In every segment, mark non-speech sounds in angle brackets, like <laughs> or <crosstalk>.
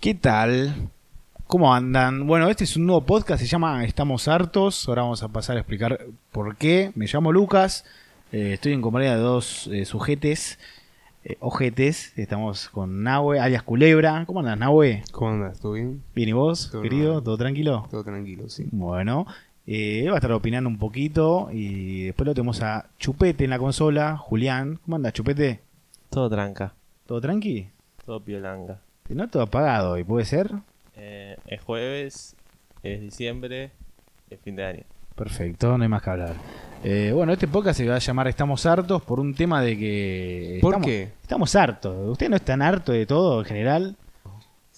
¿Qué tal? ¿Cómo andan? Bueno, este es un nuevo podcast, se llama Estamos hartos. Ahora vamos a pasar a explicar por qué. Me llamo Lucas, eh, estoy en compañía de dos eh, sujetes, eh, ojetes. Estamos con Nahue, alias Culebra. ¿Cómo andas, Nahue? ¿Cómo andas? ¿Todo bien? Bien, ¿y vos, Todo querido? normal. ¿Todo tranquilo? Todo tranquilo, sí. Bueno, eh, él va a estar opinando un poquito y después lo tenemos a Chupete en la consola, Julián. ¿Cómo andas, Chupete? Todo tranca, ¿Todo tranqui? todo piolanga. Te noto apagado y puede ser. Eh, es jueves, es diciembre, es fin de año. Perfecto, no hay más que hablar. Eh, bueno, este podcast se va a llamar Estamos hartos por un tema de que... ¿Por estamos, qué? Estamos hartos. ¿Ustedes no están hartos de todo en general?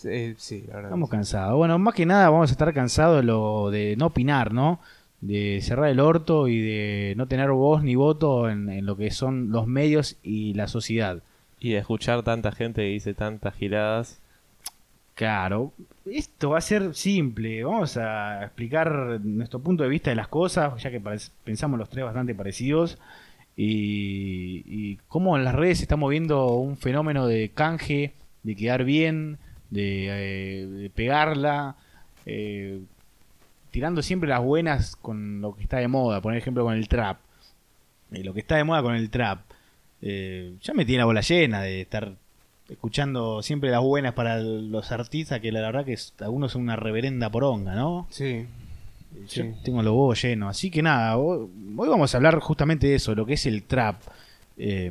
Eh, sí, la verdad. Estamos que sí. cansados. Bueno, más que nada vamos a estar cansados de, lo, de no opinar, ¿no? De cerrar el orto y de no tener voz ni voto en, en lo que son los medios y la sociedad. Y de escuchar tanta gente que dice tantas giradas. Claro, esto va a ser simple. Vamos a explicar nuestro punto de vista de las cosas, ya que parec- pensamos los tres bastante parecidos. Y, y cómo en las redes se está moviendo un fenómeno de canje, de quedar bien, de, eh, de pegarla, eh, tirando siempre las buenas con lo que está de moda. Por ejemplo, con el trap. Eh, lo que está de moda con el trap. Eh, ya me tiene la bola llena de estar escuchando siempre las buenas para los artistas, que la verdad que es- algunos son una reverenda poronga, ¿no? Sí. Yo Sí. tengo los huevos llenos. Así que nada, ho- hoy vamos a hablar justamente de eso, lo que es el trap. eh,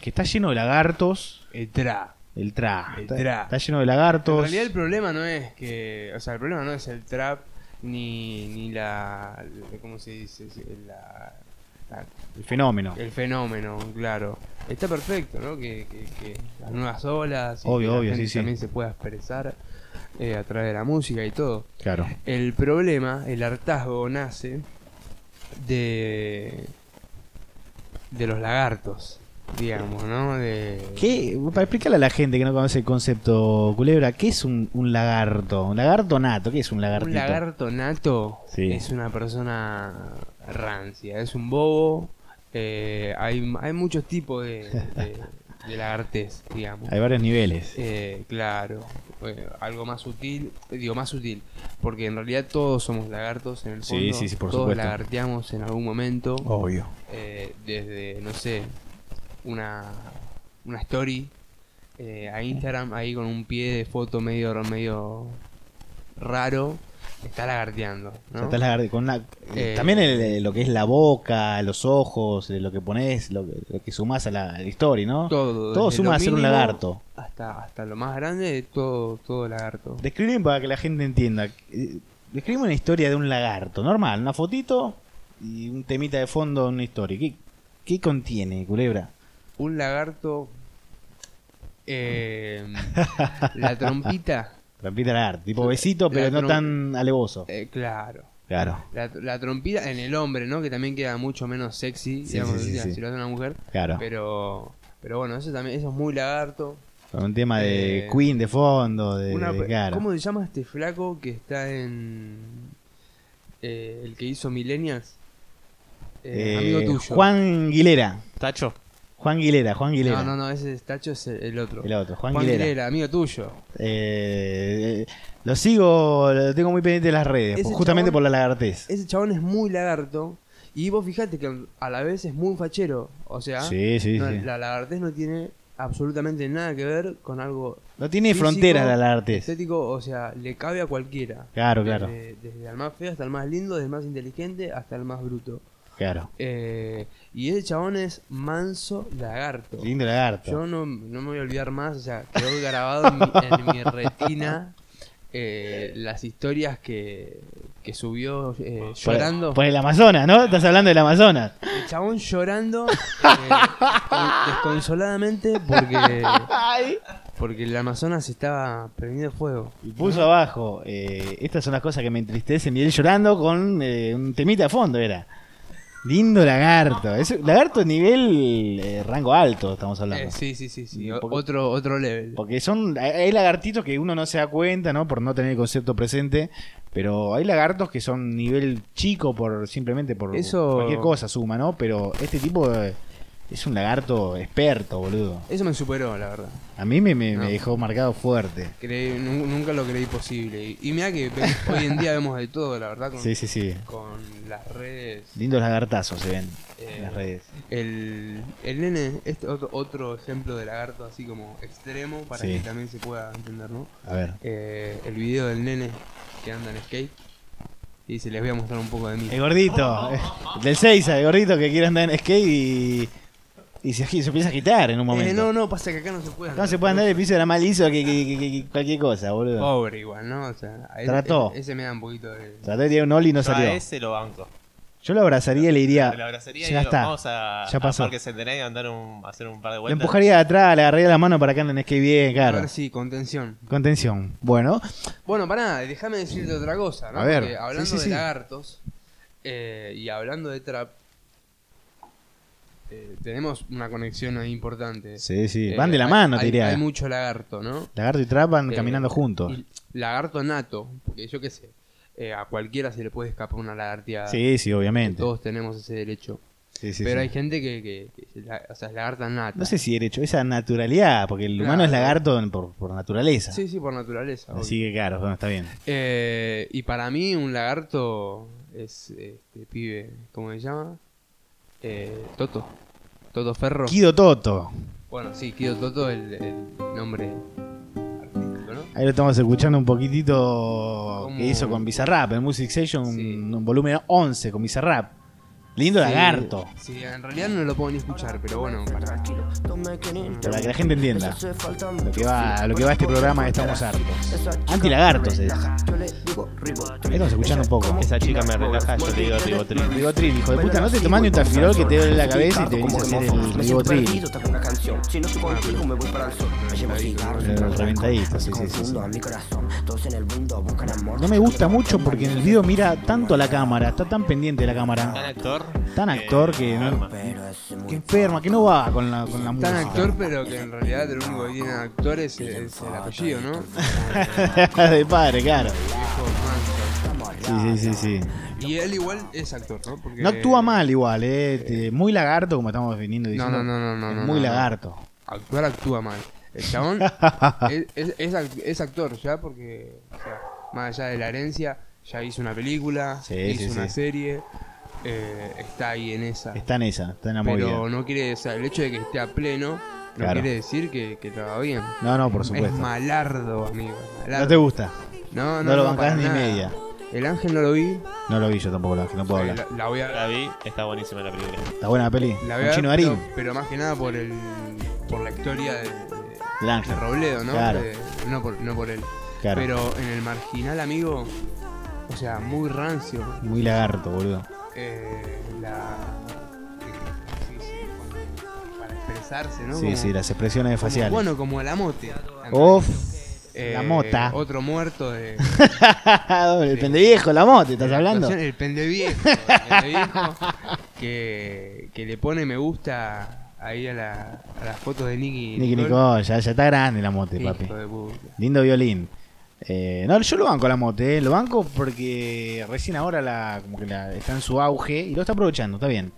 que está lleno de lagartos. El tra. El trap. El está, trap. está lleno de En lagartos. realidad el problema no es que... O sea, el problema no es el trap ni, ni la... ¿Cómo se dice? Sí, La, la- el fenómeno. el fenómeno, claro. Está perfecto, ¿no? Que, que- que las nuevas olas... y Obvio, que la obvio, gente sí, sí. También se pueda expresar eh, a través de la música y todo. Claro. El problema, el hartazgo nace de de los lagartos, digamos, ¿no? De ¿Qué? Para explicarle a la gente que no conoce el concepto culebra, ¿qué es un, un lagarto? Un lagarto nato, ¿qué es un lagartito? un lagarto nato Sí. es una persona rancia, es un bobo. eh, hay, hay muchos tipos de, <laughs> de, de lagartes, digamos. Hay varios niveles. Eh, claro, eh, algo más sutil, eh, digo más sutil, porque en realidad todos somos lagartos en el Sí, fondo, sí, sí, por todos supuesto. lagarteamos en algún momento. Obvio. eh, desde, no sé, una, una story eh, a Instagram, ahí con un pie de foto medio, medio raro, está lagarteando. O ¿no? sea, estás lagarde- con la- Eh, también el- el- lo que es la boca, los ojos, eh, lo que pones, lo, que- lo que sumás a la, a la historia, ¿no? todo, Todo desde suma lo a ser un mínimo lagarto. Hasta, hasta lo más grande, todo, todo lagarto. Describen para que la gente entienda. Eh, Describime una historia de un lagarto, normal, una fotito y un temita de fondo, una historia. ¿Qué, qué contiene, culebra? Un lagarto... <laughs> eh, la trompita, Trampita lagarto, tipo besito, La pero no trom- tan alevoso. eh, claro. Claro, La, la trompita en el hombre, ¿no? Que también queda mucho menos sexy, Sí, digamos, sí, sí, si la- sí. si lo hace una mujer. claro. Pero, pero bueno, eso también, eso es muy lagarto. Con un tema de eh, Queen de fondo, de, Una- de cara. ¿Cómo se llama este flaco que está en eh, el que hizo Millennials? Eh, Eh, amigo tuyo. Juan Guilera. Tacho, Juan Guilera, Juan Guilera. No, no, no, ese es Tacho es el, el otro. El otro, Juan, Juan, Guilera. Guilera. amigo tuyo. Eh, lo sigo, lo tengo muy pendiente de las redes, Ese por- justamente chabón- por la lagartez. Ese chabón es muy lagarto. Y vos fijate que a la vez es muy fachero. O sea, Sí, sí, no- sí. la lagartez no tiene absolutamente nada que ver con algo No tiene físico, fronteras la lagartez. estético. O sea, le cabe a cualquiera. Claro, claro, Desde, desde el más feo hasta el más lindo, desde el más inteligente hasta el más bruto. claro. Eh, y ese chabón es manso lagarto. Lindo lagarto. Yo no, no me voy a olvidar más, o sea, quedó grabado en mi, en <laughs> mi retina eh, las historias que, que subió eh, Por- llorando. Por, el Amazonas, ¿no? Estás hablando del Amazonas. El <laughs> chabón llorando eh, con- desconsoladamente porque, porque el Amazonas estaba prendido fuego. Y puso abajo, eh, estas son las cosas que me entristecen. Y él llorando con eh, un temita de fondo, era. Lindo lagarto. Es, lagarto nivel eh, rango alto, estamos hablando. Eh, sí, sí, sí, sí. Un o- poco- Otro, otro level. Porque son hay lagartitos que uno no se da cuenta, ¿no? Por no tener el concepto presente, pero hay lagartos que son nivel chico por simplemente por Eso- cualquier cosa suma, ¿no? Pero este tipo eh, Es un lagarto experto, boludo. Eso me superó, la verdad. A mí me, me- me No. dejó marcado fuerte. Creí- nu- nunca lo creí posible. Y, y <laughs> mira que ve- hoy en día vemos de todo, la verdad, con, Sí, sí, sí. con las redes. Lindos lagartazos se ven Eh, en las redes. El, el nene es otro, otro ejemplo de lagarto así como extremo para Sí. que también se pueda entender, ¿no? A ver. Eh, el video del nene que anda en skate. Y dice, les voy a mostrar un poco de mí. El gordito. <laughs> Del 6, el gordito que quiere andar en skate y, y se, agi- se empieza a agitar en un Eh, no, momento. no, pasa que acá no se puede no, se puede andar, el piso era más liso que, que- que- que- que cualquier cosa, boludo. Pobre igual, ¿no? O sea, a ese- Trató. Ese, me da un poquito de... Traté de tirar un ollie y no Yo a salió. ese lo banco. Yo lo abrazaría y le diría, Lo abrazaría y ya digo, está. vamos a, ya a pasó. Parque Centenario a andar un, a hacer un par de Lo vueltas. empujaría de atrás, le agarraría la mano para que anden en skate bien, A claro. ver, sí, contención. Contención. Bueno, Bueno, pará, déjame decirte otra cosa, ¿no? A ver, Porque hablando sí, sí, de sí. lagartos eh, y hablando de trap, eh, tenemos una conexión ahí importante. sí, sí. Eh, Van de la hay- mano, hay, te diría. Oh. Hay mucho lagarto, ¿no? Lagarto y Trap van Eh, caminando juntos. Y lagarto nato, porque yo qué sé, eh, a cualquiera se le puede escapar una lagartía. Sí, sí, obviamente. Todos tenemos ese derecho. Sí, sí, Pero sí. hay gente que, que- que es la- o sea, es lagarta nata. No sé si derecho, esa naturalidad, porque el humano es Claro. lagarto por, por naturaleza. Sí, sí, por naturaleza. obvio. Así que claro, bueno, está bien. Eh, y para mí un lagarto es este pibe, ¿cómo se llama? Eh, Toto. Toto Ferro. Kido Toto. Bueno, sí, Kido Toto el, el nombre artístico, ¿no? Ahí lo estamos escuchando un poquitito ¿Cómo? que hizo con Bizarrap, en Music Station, un- Sí. un, volumen 11 con Bizarrap. Lindo Sí, lagarto. Sí, en realidad no lo puedo ni escuchar, pero bueno, para... Para que la gente entienda lo que va, a lo que va este programa que estamos hartos. Antilagartos es. Ahí estamos escuchando un poco. Esa chica me relaja, yo te digo ribotril. Ribotril, hijo de puta, no te tomas ni un tafirol que te duele la cabeza y te venís a hacer el ribotril. Si no estoy contigo, me voy para el sol. Me llevo cigarros y El otro reventadito, sí, alcohol. sí, sí, sí. Confundo a mi corazón. Todos en el mundo buscan amor. No me gusta mucho porque en el video mira tanto a la cámara, está tan pendiente de la Tan cámara, actor. Eh, tan actor que no, Pero es muy que enferma, que no va con la, con la música. Tan actor, pero que en realidad el único que tiene actor es, es el apellido, ¿no? <laughs> de padre, claro. Sí, sí, sí, sí. Y él igual es actor, ¿no? Porque- No actúa mal igual, eh. te- Muy lagarto, como estamos viniendo No, diciendo. no, no, no, no. es no, muy no. lagarto. Actuar actúa mal. El <laughs> chabón es, es- es act- es actor ya porque, o sea, más allá de la herencia, ya hizo una película, Sí, hizo sí, una sí. serie, eh, está ahí en esa. Está en esa, está en la Pero movida. no quiere, o sea, el hecho de que esté a pleno no Claro. quiere decir que, que lo haga bien. No, no, por es supuesto. malardo, amigo. es No te malardo. gusta. No, No lo para bancás ni nada. media. El ángel no lo vi. No lo vi yo tampoco, Ángel, no puedo eh, hablar. La, la voy a La vi, está buenísima la película. Está buena la peli. la Con voy a ver, Chino pero, Darín, pero más que nada por el por la historia de, de- el de Ángel. Robledo, ¿no? Claro. De- no, por, no por él. Claro. Pero en el marginal, amigo, o sea, muy rancio. Muy lagarto, boludo. eh, la. sí, sí, bueno, para expresarse, ¿no? Sí, Como- sí, las expresiones como- faciales. <laughs> Bueno, como la mote. Of. Eh, la mota. Otro <laughs> muerto de. el pendeviejo, la mote, ¿estás de la hablando? actuación, El pendeviejo. El pendeviejo que, que le pone me gusta ahí a, la, a las fotos de Nicky. Nicky Nicole, ya, ya está grande la mote, Hijo papi. de puta. Lindo violín. Eh, no, yo lo banco a la mote, eh, lo banco porque recién ahora la, como que la, está en su auge y lo está aprovechando, está bien.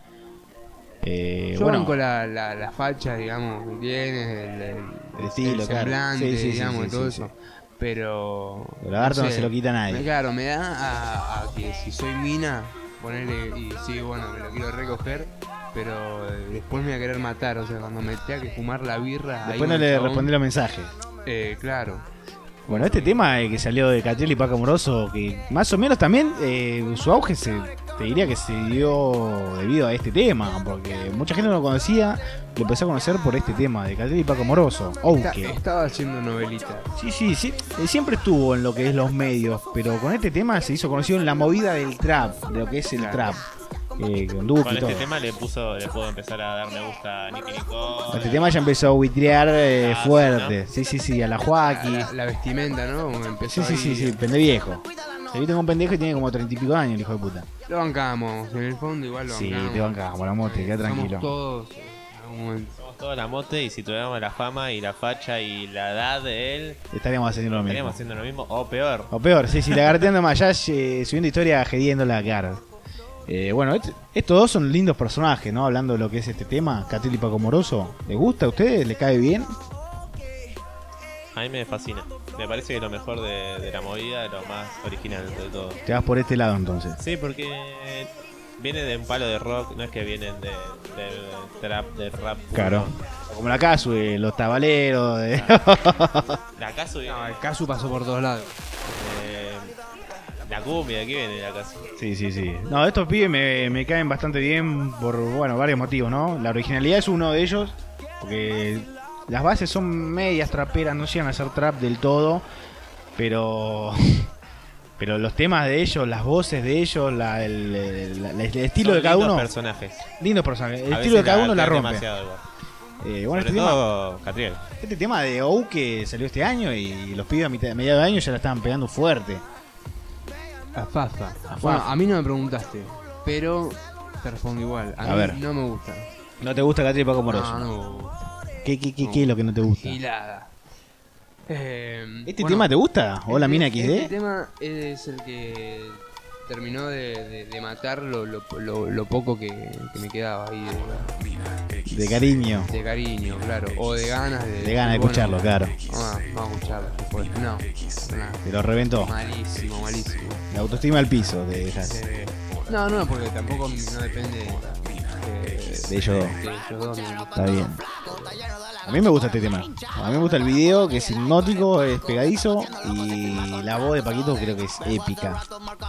Eh, Yo bueno, banco la, la, la facha, digamos, que tiene, el, el- El estilo, el claro. semblante, Sí, sí, sí, digamos, sí, y todo sí, eso. Pero. el lagarto no, se lo quita a Me, nadie. claro, me da a, a que si soy mina, ponerle. Y sí, bueno, me lo quiero recoger, pero eh, después me voy a querer matar. O sea, cuando me tenga que fumar la birra. ahí Después no con el le chabón, respondí los mensajes. Eh, claro. Bueno, este tema eh, que salió de Catriel y Paco Moroso, que más o menos también eh, su auge se te diría que se dio debido a este tema, porque mucha gente no lo conocía, lo empezó a conocer por este tema de Catriel y Paco Moroso. Está- Aunque. estaba haciendo novelita. Sí, sí, sí. Eh, Siempre estuvo en lo que es los medios, pero con este tema se hizo conocido en la movida del trap, de lo que es el Claro. trap. Eh, con Duki Con y todo. este tema le puso, le puedo empezar a dar me gusta a Nicky Nicole. Con este tema ya empezó a buitrear eh, eh, Ah, fuerte. Sí, sí, sí, a la Joaquín. La, la vestimenta, ¿no? Como empezó Sí, sí, sí, ahí. sí, pendeviejo. Se viste con un pendejo y tiene como treinta y pico años, el hijo de puta. Lo bancamos, en el fondo igual lo Sí, bancamos. te bancamos, la mote, Eh, queda somos tranquilo. todos eh, en algún momento. Somos toda la mote y si tuviéramos la fama y la facha y la edad de él, Estaríamos haciendo lo mismo. estaríamos haciendo lo mismo o peor. O peor, sí, sí, lagarteando más, ya eh, subiendo historia, gediéndola, claro. Eh, bueno, est- estos dos son lindos personajes, ¿no? Hablando de lo que es este tema, Catil y Paco Moroso. ¿Les gusta a ustedes? ¿Le cae bien? A mí me fascina. Me parece que es lo mejor de, de la movida, lo más original de todo. Te vas por este lado entonces. Sí, porque viene de un palo de rock, no es que vienen de, del trap, del rap. puro. Claro. Como la Casu, eh, los tabaleros. eh. La caso viene. No, el Casu pasó por todos lados. eh, la cumbia, aquí viene la caso. Sí, sí, sí. No, estos pibes me, me caen bastante bien por, bueno, varios motivos, ¿no? La originalidad es uno de ellos, porque las bases son medias traperas, no llegan a ser trap del todo, pero... <laughs> Pero los temas de ellos, las voces de ellos, la- el, el- la- el estilo Son de cada lindos uno... personajes. Lindos personajes. El A estilo de veces cada uno la alteran rompe. demasiado igual. Eh, bueno, Sobre este tema, todo Catriel. este tema de OU que salió este año y los pibes a mitad, a mediados de año ya la estaban pegando fuerte. A Fafa. Fafa. Bueno, a mí no me preguntaste, pero te respondo igual. A, A mí ver. no me gusta. ¿No te gusta Catriel Paco Moroso? No, no me gusta. Ah. ¿Qué, qué, qué- qué es lo que no te gusta? Gilada. Eh, ¿Este bueno, tema te gusta? ¿O la este- mina Este XD? tema es el que terminó de, de- de matar lo, lo- lo- lo poco que, que me quedaba ahí de, De cariño. de cariño, claro. O de ganas de. De ganas de bueno, escucharlo, claro. Ah, vamos a escucharlo. Pues, no, Te lo reventó. no, Malísimo, malísimo. La autoestima al piso de esas. Eh, no, no, porque tampoco no depende eh, De ellos dos. de ellos dos. no, no. Está bien. A mí me gusta este tema. A mí me gusta el video, que es hipnótico, es pegadizo. Y la voz de Paquito creo que es épica.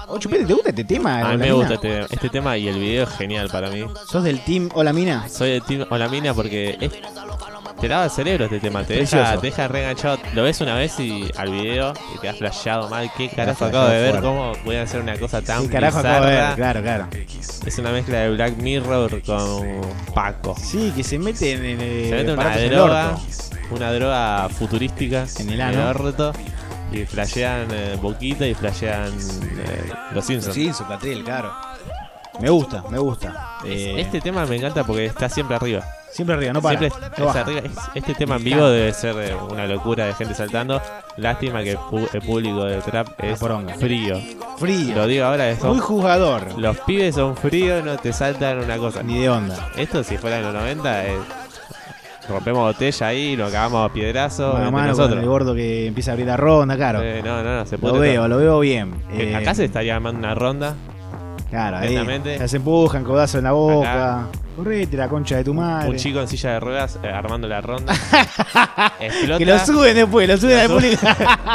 Ocho Chupete, ¿te gusta este tema? A mí Hola, me gusta Mina? este, este tema y el video es genial para mí. ¿Sos del team Hola Mina? Soy de Team Olamina porque es- te lava el cerebro este tema, te deja, Precioso. te deja reenganchado. Lo ves una vez y al video y te has flasheado mal. ¿Qué carajo flasheado acabo de ver? fuerte. ¿Cómo voy a hacer una cosa tan ¿Qué carajo acabo de ver? bizarra? Claro, claro. Es una mezcla de Black Mirror con Paco. Sí, que se mete en el. Se mete una droga, una droga futurística En el ano. orto y flashean eh, Boquita y flashean eh, Los Simpsons. Sí, su Catriel, claro. Me gusta, me gusta. Eh, Este tema me encanta porque está siempre arriba. Siempre arriba, no para. Siempre no es- es baja. arriba. Es- Este tema en vivo debe ser eh, una locura de gente saltando. Lástima que el pu- el público de trap es poronga. frío. Lo Frío. digo ahora, es- Muy jugador. los pibes son fríos, no te saltan una cosa. Ni de onda. Esto si fuera en los 90 es- rompemos botella ahí, nos cagamos a piedrazo Mano a entre mano con el nosotros. gordo que empieza a abrir la ronda, claro. Eh, no, no, no, se puede. Lo veo, lo veo bien. Eh, Acá se estaría armando una ronda. Claro, ahí. Lentamente. Ya se empujan, codazo en la boca. Correte la concha de tu madre. Un chico en silla de ruedas eh, armando la <laughs> ronda. Explota. que lo suben después, lo suben al público. <laughs>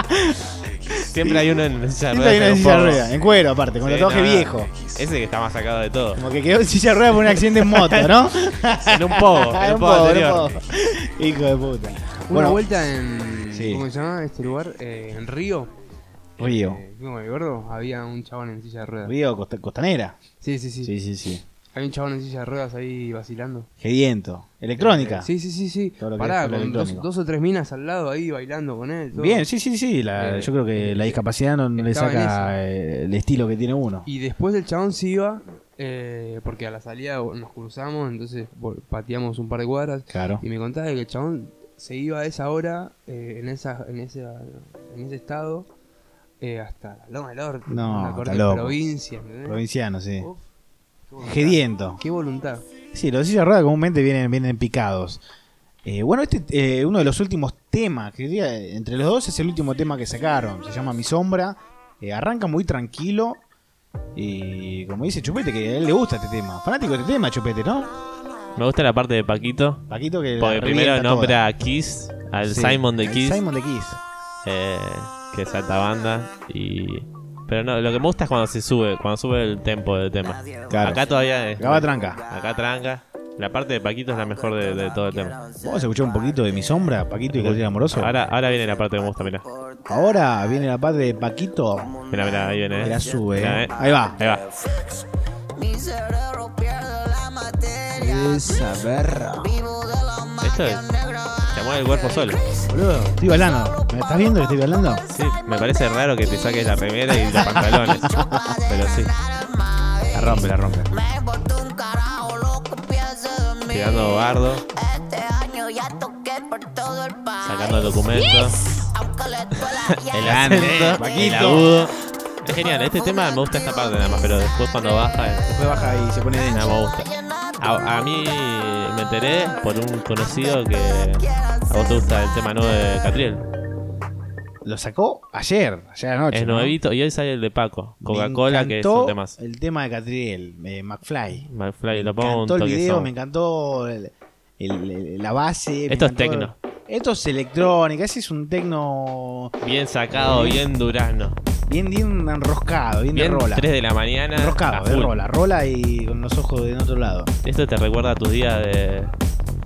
Siempre hay uno en silla de Siempre hay una en ruedas. silla con de pogo. ruedas, en cuero aparte, con Sí, tatuaje no, no. viejo. Ese que está más sacado <laughs> de todo. Como que quedó en silla de ruedas por un accidente en moto, ¿no? En <laughs> un pogo, en Ah, <laughs> un un pogo poco, anterior. un poco. Hijo de puta. Una Bueno, vuelta en. Sí. ¿Cómo se llama este lugar? Eh, en Río. Río. Eh, fuimos con el gordo, había un chabón en silla de ruedas. Río Costa- Costanera. Sí, sí, sí, Sí, sí, sí. Había un chabón en silla de ruedas ahí vacilando. Gediento. Electrónica. Sí, sí, sí, sí. Todo lo que Pará, es lo con dos, electrónico. dos o tres minas al lado ahí bailando con él. todo. Bien, sí, sí, sí. la- Eh, yo creo que la discapacidad no, no le estaba en saca eh, el estilo que tiene uno. Y después el chabón se iba, eh, porque a la salida nos cruzamos, entonces vol- pateamos un par de cuadras. Claro. Y me contaba que el chabón se iba a esa hora, eh, en, esa, en, ese, en ese estado, eh, hasta la Loma del Norte, No, una está corte loco. provincia. ¿entendés? Provinciano, sí. Uf, qué voluntad. Gediento. Qué voluntad. Sí, los de silla de ruedas comúnmente vienen, vienen picados. Eh, bueno, este eh, uno de los últimos temas, que diría, eh, entre los dos es el último tema que sacaron, se llama Mi Sombra. Eh, arranca muy tranquilo y como dice Chupete, que a él le gusta este tema. Fanático de este tema, Chupete, ¿no? Me gusta la parte de Paquito. Paquito que la Porque primero revienta nombra toda. a Kiss, al Sí, Simon de al Kiss, Simon de Kiss. eh, que es alta banda. Y... Pero no, lo que me gusta es cuando se sube, cuando sube el tempo del tema. Claro. Acá todavía es. Acá va tranca. Acá tranca. La parte de Paquito es la mejor de, de todo el tema. Vamos a escuchar un poquito de Mi Sombra, Paquito y Cordillera Amoroso. Ahora, Ahora, ahora viene la parte que me gusta, mirá. viene la parte de Paquito Mirá, mirá, ahí viene. que eh. la sube. Mirá, ¿eh? eh. Ahí va. Ahí va. Mi cerebro pierde la materia. Esa perra. Vivo de la Esto es. Te mueve el cuerpo solo. Boludo, estoy bailando. ¿Me estás viendo que estoy bailando? Sí, me parece raro que te saques la remera y los pantalones. Pero sí, La rompe, la rompe. me importa un carajo lo que piense de mí. tirando bardo, Este año ya toqué por todo el país. sacando documentos. Aunque le duela y El a- acento, Paquito. el agudo. Es genial, este tema me gusta esta parte nada más, pero después cuando baja, eh, Después baja y se pone denso. nada me gusta. A, a mí me enteré por un conocido que a vos te gusta el tema nuevo de Catriel. Lo sacó ayer, ayer anoche. Es Ah, ¿no? nuevito y hoy sale el de Paco, Me Coca-Cola, que es encantó un tema. más. El tema de Catriel, eh, McFly. McFly, lo Me pongo un encantó el toque video, song. me encantó el- el- el- la base. me Esto es encantó- Esto es electrónica, ese es un tecno Bien sacado, bien durazno. bien, bien enroscado, bien, Bien de rola. 3 de la mañana. a enroscado, de full. rola, rola y con los ojos de otro lado. Esto te recuerda a tus días de,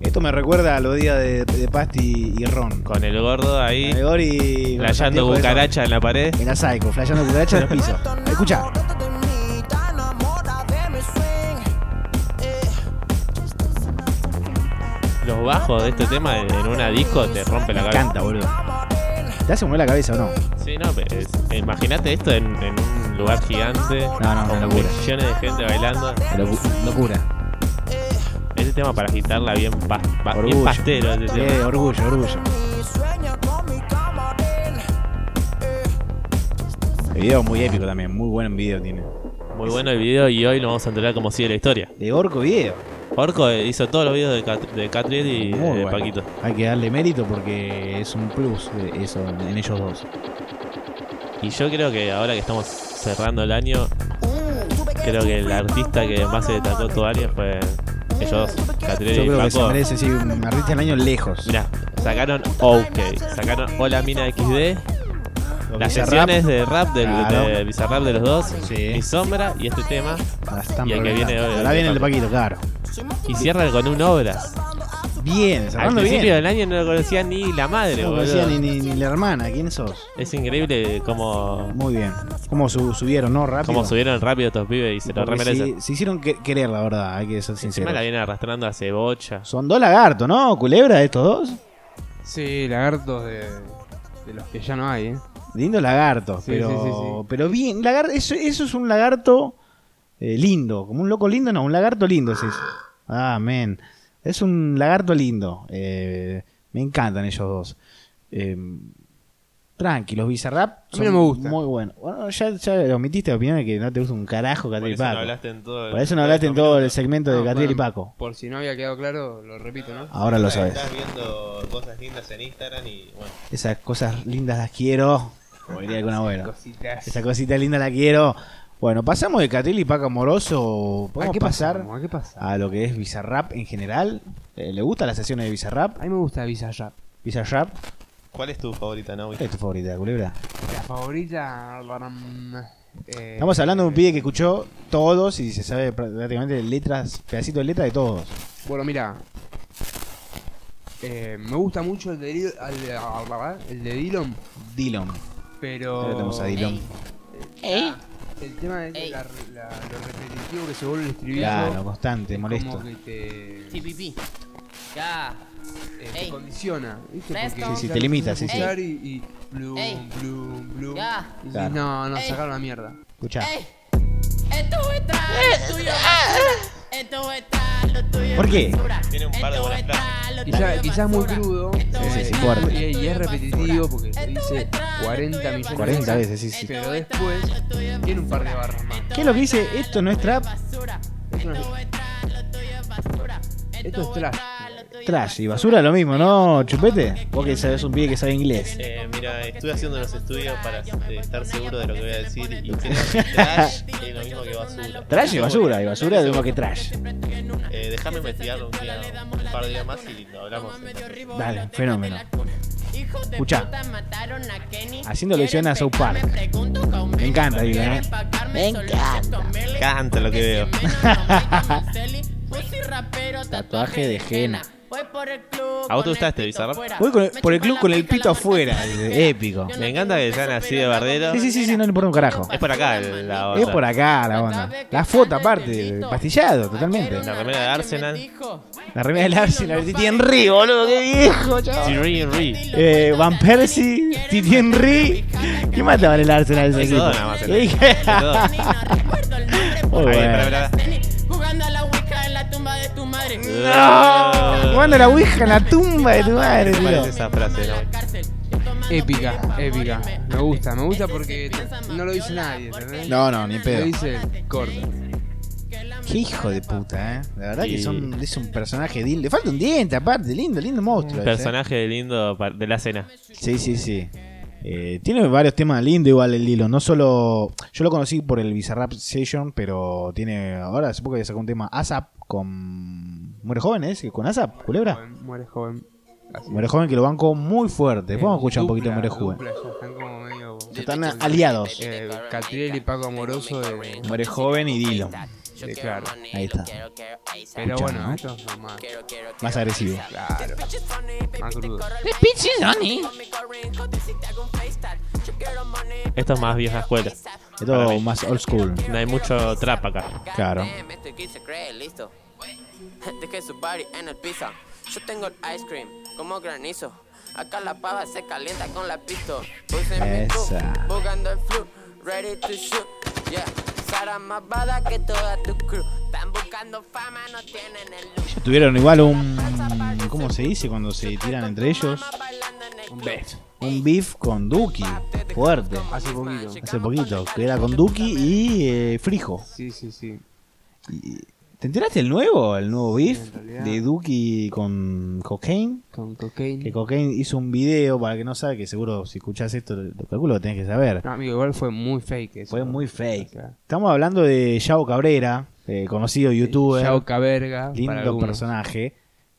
Esto me recuerda a los días de, de Pasti y Ron. con el gordo ahí, Gregor y. layando con los anteojos cucaracha en la pared. de Ron. En la psycho, flayando cucaracha en los pisos. Escucha. Los bajos de este tema en una disco te rompe Me la cabeza. encanta, boludo. ¿Te hace mover la cabeza o no? Sí, no, pero es- imagínate esto en, en un lugar gigante No, no, con una locura. millones de gente bailando. Locu- locura. Este tema para agitarla bien, pas- pa- bien Orgullo. pastero. este tema. Eh, orgullo, orgullo. El video muy épico también, muy buen video tiene. Muy bueno el video y hoy lo vamos a enterar como sigue la historia. De Orco Video. Orco eh, hizo todos los videos de, Cat- de Catriel y Muy de bueno. Paquito. Hay que darle mérito porque es un plus de eso en, en ellos dos. Y yo creo que ahora que estamos cerrando el año, creo que el artista que más se destacó todo el año fue ellos dos, Catriel Yo y creo que se Paco. merece sí, un artista del año lejos. Mirá, sacaron OK, sacaron Hola Mina XD, Lo las que hizo sesiones de rap del, Claro. de Bizarrap de los dos, Sí. Mi Sombra y este tema, rap, ahora están y el que programando. viene hoy, Ahora el viene el de de Paquito, claro. y cierran con un Obras. Bien, Al cerrando principio bien. del año no lo conocía ni la madre, No boludo. conocía ni, ni, ni la hermana, ¿quién sos? Es increíble cómo, Muy bien. ¿Cómo su- subieron, no? Rápido. cómo subieron rápido estos pibes y se lo Porque remerecen. se, se hicieron que- querer, la verdad, hay que ser Encima sinceros. la vienen arrastrando hace bocha. Son dos lagartos, ¿no? Culebra, estos dos. Sí, lagartos de, de los que ya no hay, ¿eh? Lindos lagartos, Sí, pero, sí, sí, sí. pero bien. lagar- eso, eso es un lagarto eh, lindo. Como un loco lindo, no, un lagarto lindo es eso. Ah, men. Es un lagarto lindo. Eh, me encantan ellos dos. Eh, tranqui, los Bizarrap A mí no me gustan. muy buenos. Bueno, ya, ya omitiste la opinión de que no te gusta un carajo Catriel y Paco. en todo el- Por eso no hablaste en todo el segmento de No, Catriel y bueno, Paco. Ah, Ah, Por si no había quedado claro, lo repito, ¿no? Ahora lo sabes. Estás viendo cosas lindas en Instagram y bueno. Esas cosas lindas las quiero. Como diría algún abuelo. Cositas. Esa cosita linda la quiero. Bueno, pasamos de Catriel y Paco Amoroso. ¿A Podemos Ah, qué pasar pasamos? ¿A qué pasa? a lo que es Bizarrap en general. Eh, ¿Le gustan las sesiones de Bizarrap? A mí me gusta Bizarrap. Bizarrap, ¿Cuál es tu favorita, no? ¿cuál es tu favorita, culebra? Eh, La favorita. baram, eh, Estamos hablando de un pibe que escuchó todos y se sabe prácticamente letras, pedacitos de letra de todos. Bueno, mira. Eh, me gusta mucho el de, Dil- al de- ah, ah, el de Dillon, Dillon. pero. Ahora tenemos a Oh, Dillon. El tema es Ey. la, la- lo repetitivo que se vuelve el estribillo. Claro, constante, es molesto. Como que te, eh, TPP. Ya. te Ey. condiciona. ¿viste? Presto. Porque Sí, sí, te limita, sí, sí. escuchar Y, y blum, Ey. blum, blum. Ya. Y dices, Claro. no, no, Ey. sacaron la mierda. Escucha. Ey, esto es trash, lo tuyo es basura. Esto es trash, lo tuyo es ¿Por qué? basura. Tiene un par de Esto buenas es frases. trash, lo tuyo Quizás es quizás muy basura. crudo. Sí, eh, sí, fuerte. Y, y es repetitivo porque se dice 40 millones 40 veces, sí, sí. Pero después tiene un par de barras más. ¿Qué es lo que dice? Esto no es trap, Es una- Esto es trash. trash. Y basura lo mismo, ¿no, chupete? Vos que sabés un pibe que sabe inglés. Eh, mira, estuve haciendo los estudios para eh, estar seguro de lo que voy a decir y creo <laughs> que trash es lo mismo que basura. Trash y basura, y basura es lo mismo que trash. Eh, déjame investigarlo un día, un par de días más y lo hablamos. Dale, fenómeno. Escucha. Haciendo alusión a South Park. Me encanta, digo, ¿eh? Me encanta. Canta lo que veo. <laughs> pues Tatuaje de Jena. ¿A vos te gusta este, Bizarrap? Voy con el- por el club con el pito afuera. dice, Épico. Me encanta que sean así de bardero. Sí, sí, sí, sí, no le importa un carajo. Es por acá el- la Es onda. por acá la onda. La foto aparte, pastillado totalmente. La remera de Arsenal. La remera del Arsenal, Titi Henry, boludo, qué viejo, chaval. Thierry Henry. Eh, Van Persie, Titi Henry. ¿Qué mataban el Arsenal de ese Eso equipo? nada más, el- Dije, eso nada. muy Ahí, bueno. pará, pará, pará. Jugando a la Ouija en la tumba de tu madre. No, <laughs> jugando a la Ouija en la tumba de tu madre, ¿Qué te parece tío. <laughs> esa frase? en la no? cárcel. Yo tomando mando Épica, pibes, épica. favoreme. Me gusta, me gusta Este se porque piensa no lo dice mafiola nadie, porque ¿entendés? No, no, ni gana pedo. Lo dice el corto. Qué hijo de puta, ¿eh? La verdad que Y- son, es un personaje lindo. Le falta un diente aparte, lindo, lindo monstruo. ese, ¿eh? Personaje lindo pa- de la cena. Sí, sí, sí. Eh, tiene varios temas lindos igual el Lilo. No solo. Yo lo conocí por el Bizarrap Session, pero tiene. Ahora supongo que sacó un tema ASAP con. Muere joven, ¿es? ¿Con ASAP? ¿Culebra? Joven, Muere joven. Así. Muere joven que lo banco muy fuerte. Vamos a escuchar un poquito de Muere Dupla, joven. dupla, ya Están como medio. Están aliados. Eh, Catriel y Paco Amoroso. de- Muere joven y Dilo. de claro. Ahí está. Pero Escucha, bueno, ¿no? esto es normal. Más agresivo. Claro. Más crudo. Esto es más vieja escuela. Para Esto mí. más old school. No hay mucho trap acá. Claro. Esto que este se cree, listo. <laughs> Dejé su body en el piso. Yo tengo el ice cream como granizo. Acá la pava se calienta con la pisto. Puse mi club, Esa. buscando el flu, ready to shoot. Yeah, Sara más bada que toda tu crew. Están buscando fama, no tienen el look. Ellos tuvieron igual un. ¿Cómo se dice cuando se tiran entre ellos? Un beso. Un beef con Duki. Fuerte. Hace poquito. Hace poquito. Que era con Duki y eh, Frijo. Sí, sí, sí. Y- ¿Te enteraste el nuevo? El nuevo beef en realidad. de Duki con Cocaine. Con Que cocaine. Cocaine hizo un video para el que no sabe, que seguro si escuchás esto lo lo calculo que tenés que saber. No, amigo, igual fue muy fake eso. Fue muy fake. O sea, Estamos hablando de Yao Cabrera, eh, conocido youtuber, Yao Caberga. para lindo algunos. personaje,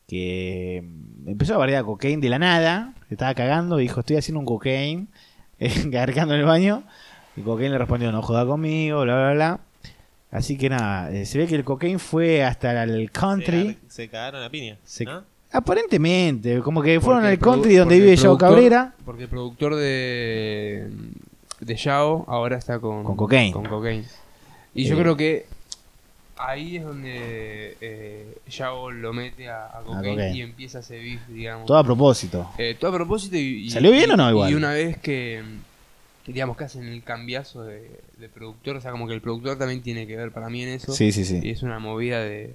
que mm, empezó a bardear a Cocaine de la nada. Se estaba cagando, dijo: Estoy haciendo un <laughs> Cocaine, garcando en el baño. Y Cocaine le respondió: No joda conmigo, bla, bla, bla. Así que nada, eh, se ve que el Cocaine fue hasta el country. Se, cagaron a piña. Se- ¿no? Aparentemente, como que fueron Porque al el produ- country donde porque vive el Yao productor- Cabrera. Porque el productor de. de Yao ahora está con. Con Cocaine. con Cocaine. Y yo Eh. creo que. Ahí es donde eh, Yao lo mete a, a cocaine, Cocaine. y empieza ese beef, digamos. Todo a propósito. Eh, todo a propósito y, y- ¿Salió bien y- o no igual? Y una vez que, que, digamos que hacen el cambiazo de, de productor, o sea, como que el productor también tiene que ver para mí en eso. Sí, sí, sí. Y es una movida de,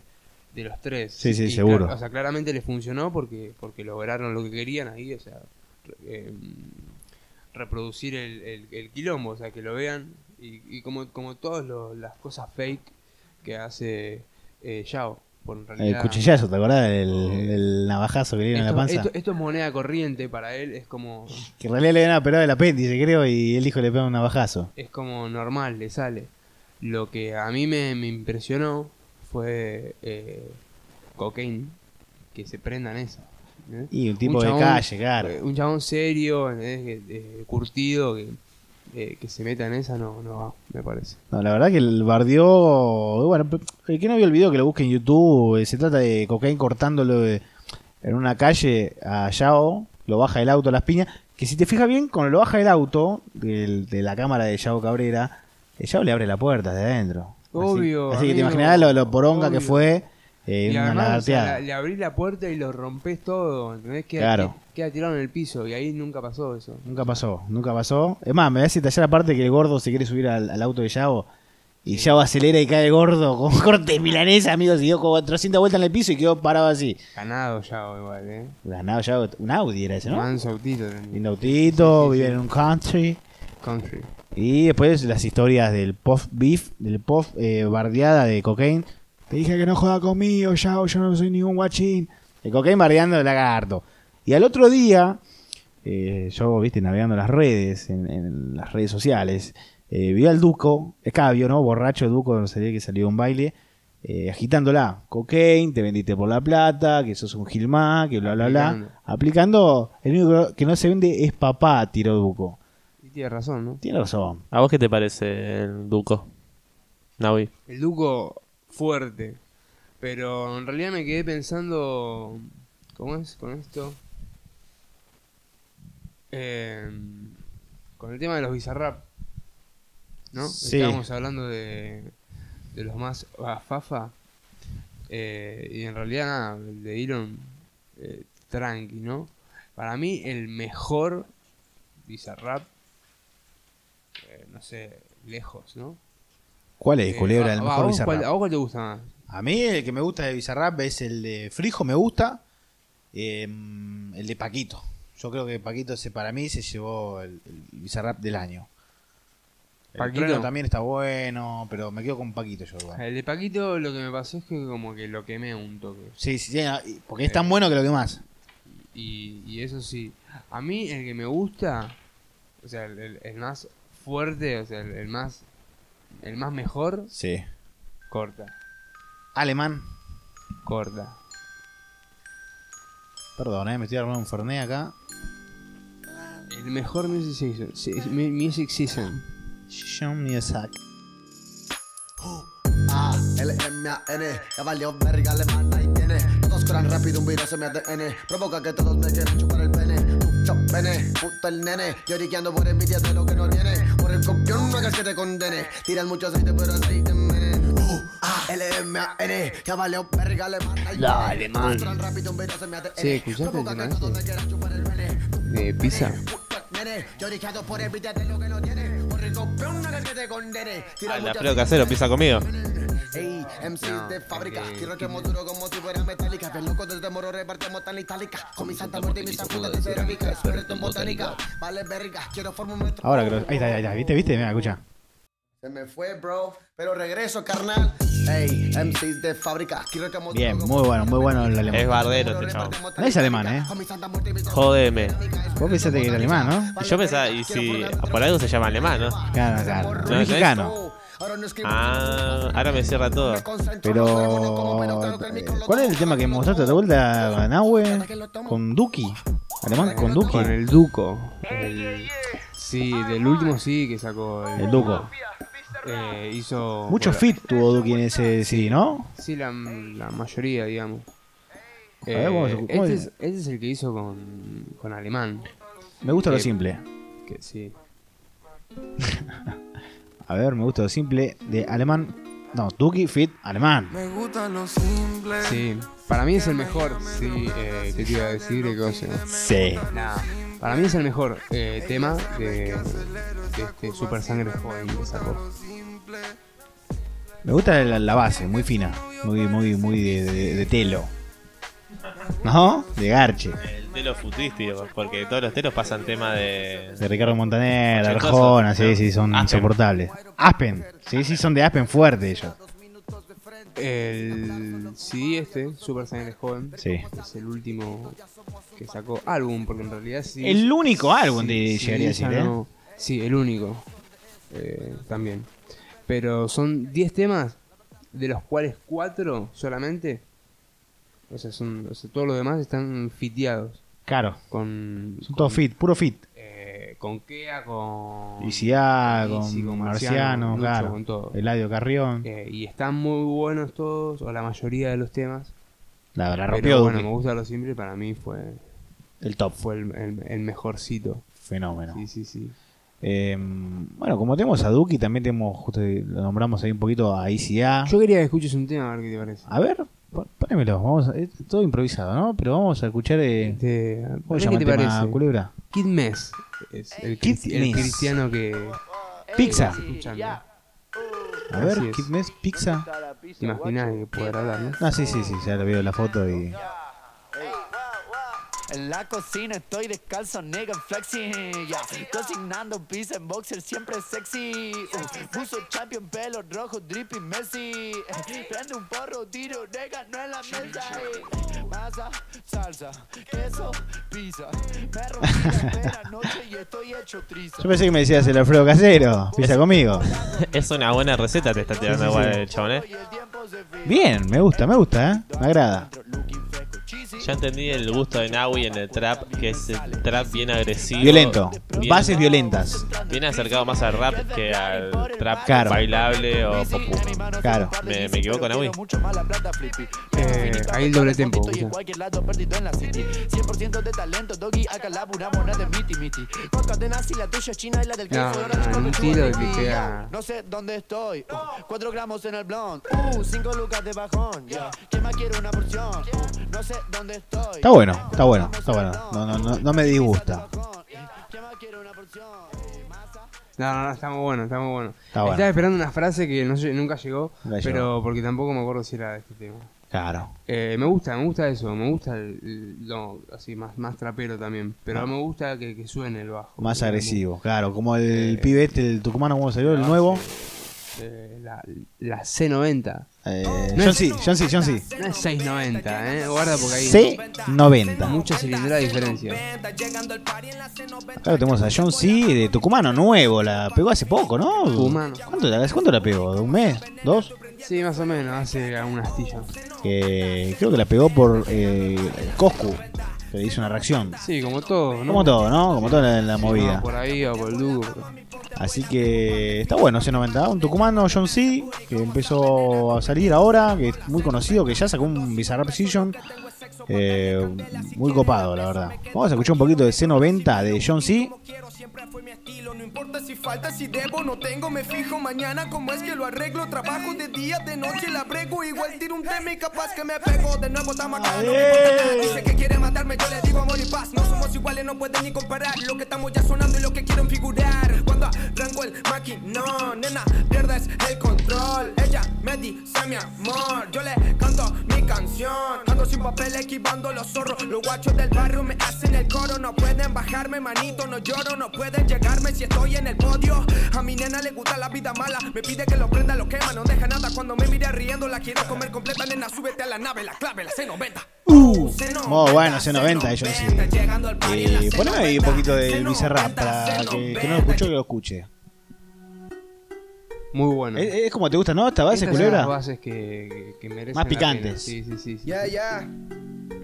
de los tres. Sí, sí, Y seguro. clar- O sea, claramente les funcionó porque porque lograron lo que querían ahí, o sea, re- eh, reproducir el, el- el quilombo, o sea, que lo vean. Y, y como, como todas lo- las cosas fake que hace eh, Yao. por en El realidad- Oh. cuchillazo, ¿te acordás? El, el navajazo que le dieron en la esto, panza. esto- esto es moneda corriente para él, es como Que en realidad le dieron a operado el apéndice, creo, y el hijo le pega un navajazo. es como normal, le sale. Lo que a mí me, me impresionó fue eh, Cocaine, que se prendan eso. ¿eh? Y un tipo de chabón- calle, claro. eh, Un chabón serio, ¿entendés? Que, eh, curtido, que, eh, que se meta en esa no, no va, me parece. No, la verdad que el bardeó. Bueno, el que no vio el video que lo busque en YouTube, eh, se trata de cocaína cortándolo de- en una calle a Yao, lo baja del auto a las piñas. Que si te fijas bien, cuando lo baja del auto, del- de la cámara de Yao Cabrera, eh, Yao le abre la puerta de adentro. Así- Obvio, Así, que te amigo, imaginarás lo, lo poronga que obvio. fue. eh, y una además, o sea, lagarteada. le, le abrís la puerta y lo rompés todo, ¿entendés? Queda, Claro. queda tirado en el piso y ahí nunca pasó eso. Nunca pasó, nunca pasó. Es más, me hace tallar aparte que el gordo se quiere subir al, al auto de Yao. Y Yao acelera y cae el gordo con <laughs> corte de milanesa, amigos. Y dio como 400 vueltas en el piso y quedó parado así. Ganado ya igual, ¿eh? Ganado Yao, un Audi era ese, ¿no? Manso autito tenía. Lindo autito, Sí, sí, sí. vive en un country. Country. Y después las historias del Puff Beef, del Puff eh, bardeada de Cocaine. Te dije que no joda conmigo, Yao, yo no soy ningún guachín. El Cocaine bardeando el lagarto. Y al otro día, eh, yo, viste, navegando las redes, en, en las redes sociales, eh, vi al Duco, escabio, ¿no? Borracho Duco, no sabía que salió a un baile, eh, agitándola. Cocaine, te vendiste por la plata, que sos un gilmá, que bla, bla, Aplicando. bla. Aplicando, el único que no se vende es papá, tiró Duco. Y tiene razón, ¿no? Tiene razón. ¿A vos qué te parece el Duco? Naui. El Duco fuerte. Pero en realidad me quedé pensando. ¿Cómo es con esto? Eh, con el tema de los bizarrap. ¿No? Sí. Estábamos hablando de, de los más afafa. Eh, y en realidad, nada, el de Elon. eh, tranqui, ¿no? Para mí, el mejor bizarrap. eh, no sé, lejos, ¿no? ¿Cuál es? Eh, Culebra, a- el a- mejor a vos, Bizarrap. cuál- ¿A vos cuál te gusta más? A mí el que me Em, gusta de Bizarrap es el de Frijo, me gusta. eh, el de Paquito. Yo creo que Paquito se, para mí se llevó el, el Bizarrap del año. El Paquito. Eh. Trueno también está bueno, pero me quedo con Paquito yo igual. El de Paquito lo que me pasó es que como que lo quemé un toque. Sí, sí, sí, y- porque es Eh. tan bueno que lo que más. Y, y eso sí. A mí el que me gusta, o sea, el, el- el más fuerte, o sea, el, el más el más mejor, Sí. corta, Alemán. corta. Perdón, eh, me estoy armando un Ferné acá. El mejor Music Season. sí, es mi- Music Season. Show me a sack. A, Ah, L, M, A, N, ya valió verga, alemán, ahí tiene. Todos corran rápido, un virus se me ADN. Provoca que todos me quieran chupar el pene. Mucho pene, puto el nene. Yo riqueando por envidia de lo que no tiene. Por el copión no hagas que te condene. Tiran mucho aceite, pero aceite mene. Uh, A, L, M, A, N, ya valió verga, alemán, ahí tiene. Dale, man. Todos corran rápido, un virus se me ADN. Sí, escuchaste el Provoca tema que todos este. me quieran chupar el pene. De Pisa. Yo riqueando por envidia de lo que no tiene. Por el copión no hagas que te condene. Tiran Ah, la mucho Alfredo aceite, Casero empieza conmigo. Ey, MCs No, de fábrica, porque- quiero que duro como si fuera metálica. Que loco desde moro repartimos tan itálica. Con mi santa muerte y mis putas de cerámica. Experto en botánica, vale verga. Quiero formar un metro. Ahora creo. Ahí está, ahí está. ¿Viste? ¿Viste? Mira, escucha. Se me fue, bro, pero regreso, carnal. Ey, MCs de fábrica, quiero que Bien, muy bueno, muy bueno el alemán. Es bardero este chavo. No es alemán, eh. Jódeme. Vos pensaste que era alemán, ¿no? Y yo pensaba, y si por algo se llama alemán, ¿no? Claro, claro. No, Un no es- mexicano. Ahora no escribo. Ah, ahora me cierra todo. Pero. eh, ¿Cuál es el tema que me mostraste a la vuelta, Nahue? Con Duki. Alemán con Duki. Con el Duco. El- sí, del último sí que sacó. El Duco. Eh, hizo. Mucho bueno, fit tuvo Duki en ese CD, ¿no? Sí, la, la mayoría, digamos. ver, Eh, vamos a- ¿cómo este, es? es, este es el que hizo con, con Alemán. Me gusta lo Eh, simple. Que sí. A ver, me gusta lo simple de alemán. No, Duki, fit, alemán. Me gusta lo simple. Sí. Para mí es el mejor. Sí, eh, ¿qué te iba a decir? ¿Qué cosa? Sí. Nah, Para mí es el mejor eh, tema de, de este Super Sangre Joven que sacó. Me gusta la, la base, muy fina. Muy, muy, muy de, de- de telo. ¿No? De garche. El telo futurístico, porque todos los telos pasan tema de. De Ricardo Montaner, de Ochentoso. Arjona, sí, sí, son Aspen. insoportables. Aspen, sí, sí, son de Aspen fuerte ellos. El CD este, Super Sangre Joven, Sí. es el último que sacó álbum, porque en realidad sí. El único álbum de- sí, llegaría a ya decir, ¿eh? no- Sí, el único. eh, también. Pero son 10 temas, de los cuales 4 solamente. O sea, son, o sea, todos los demás están fiteados. Claro, Con, son todos fit, puro fit. eh, con Kea, con. ICA, Lizzy, con Marciano, Lucho, claro. con todo. Eladio Carrión. Eh, y están muy buenos todos, o la mayoría de los temas. La, la pero rompió bueno, Duki. me gusta lo simple, para mí fue, El top. fue el, el- el mejorcito. Fenómeno. Sí, sí, sí. Eh, bueno, como tenemos a Duki, también tenemos, justo lo nombramos ahí un poquito a ICA. Yo quería que escuches un tema, a ver qué te parece. A ver, pon- ponémelo, vamos a- es todo improvisado, ¿no? Pero vamos a escuchar. Eh, Este, a ver ¿Cómo se qué llama te el tema, parece. Culebra? Kid Mess es el, Kid cristi- el Mess. cristiano que Pizza. escuchan. A ver, Eh, Así es. Kid Mess, Pizza. Te imaginas que podrá hablar, ¿no? Ah, sí, sí, sí, ya le veo la foto y. En la cocina estoy descalzo, nigga, flexi. ya. Cocinando pizza en boxer, siempre sexy. Uh, Buzo champion, pelo rojo, drippy Messi. Eh, Prende un porro, tiro, nega, no en la mesa. eh. Masa, salsa, queso, pizza. Me rompí la pena anoche y estoy hecho triza. Yo pensé que me decías el Alfredo Casero, pizza conmigo. <laughs> Es una buena receta, te está tirando igual el chabón, eh. Y el tiempo se fija. Bien, me gusta, me gusta, ¿eh? Me agrada. Looking fresco, cheesy. Ya entendí el gusto de Nawi en el trap, que es el trap bien agresivo. Violento, bien- bases violentas. Bien acercado más al rap que al trap Claro. bailable o popu. Claro. ¿Me, me equivoco, Nawi? Mucho más la plata, flippy. Eh, ahí el doble tempo. Y en escucha. cualquier lado perdido en la city 100% de talento, doggy, acá laburamos nada de miti miti Con cadenas y la tuya china y la del No, Kifo, ahora no, yo un me tiro de subo de que mí. queda- No sé dónde estoy, 4 gramos en el blond, 5 lucas de bajón, yeah. ¿Quién más quiere una porción? Uh, no sé dónde estoy Está bueno, está bueno, está bueno. No, no, no, no me disgusta. ¿Quién más quiere una porción? Eh, masa. No, no, no, está muy bueno, está muy bueno. Está bueno. Estaba esperando una frase que no lle- nunca llegó, Nunca pero llegó. porque tampoco me acuerdo si era de este tema. Claro. Eh, me gusta, me gusta eso, me gusta el, el- lo así más, más trapero también, pero me gusta que, que suene el bajo. Ah. Más Que- agresivo, claro. Como el Eh, pibe este, el tucumano, ¿cómo salió? El Ah, nuevo. eh, la, la C90. Eh, No John es- C, John C, John C. No es 690, eh. Guarda porque hay C90. mucha cilindrada de diferencia. Claro, tenemos a John C de Tucumano, nuevo. La pegó hace poco, ¿no? Tucumano. ¿Cuánto, la- ¿Cuánto la pegó? ¿Un mes? ¿Dos? Sí, más o menos, hace una astilla. Eh, creo que la pegó por eh, Coscu, que le hizo una reacción. Sí, como todo, ¿no? Como todo, ¿no? Como toda la, la Sí, movida. no, por ahí o por el dúo. Así que está bueno ese 90. Un tucumano, John C, que empezó a salir ahora, que es muy conocido, que ya sacó un Bizarrap Session. eh, muy copado, la verdad. Vamos a escuchar un poquito de C90 de John C. Quiero siempre fue mi estilo, no importa si falta, si debo, no tengo, me fijo mañana cómo es que lo arreglo, trabajo de día, de noche la brego, igual tiro un tema y capaz que me pego, de nuevo está macana, no me importa nada, dice que quiere matarme, yo le digo amor y paz, no somos iguales, no pueden ni comparar, lo que estamos ya sonando y lo que quieren figurar, cuando arranco el maquinón, nena, pierdes el control, ella me dice mi amor, yo le canto mi canción, ando sin papel equivando los zorros, los guachos del barrio me hacen el coro, no pueden bajarme, manito, no lloro, no pueden llegarme si estoy en el podio. A mi nena le gusta la vida mala, me pide que lo prenda, lo quema, no deja nada. Cuando me mira riendo, la quiero comer completa, nena, súbete a la nave, la clave, la C90. Uh, Muy bueno, C90 de John C. Eh, poneme ahí un poquito del Bizarrap para que, que no lo escuchó que lo escuche. Muy bueno. Es, es como te gusta, ¿no? Esta base, Estas son las culebra. bases que, que merecen Más la pena. picantes. Sí, sí, sí. sí. Ya, ya,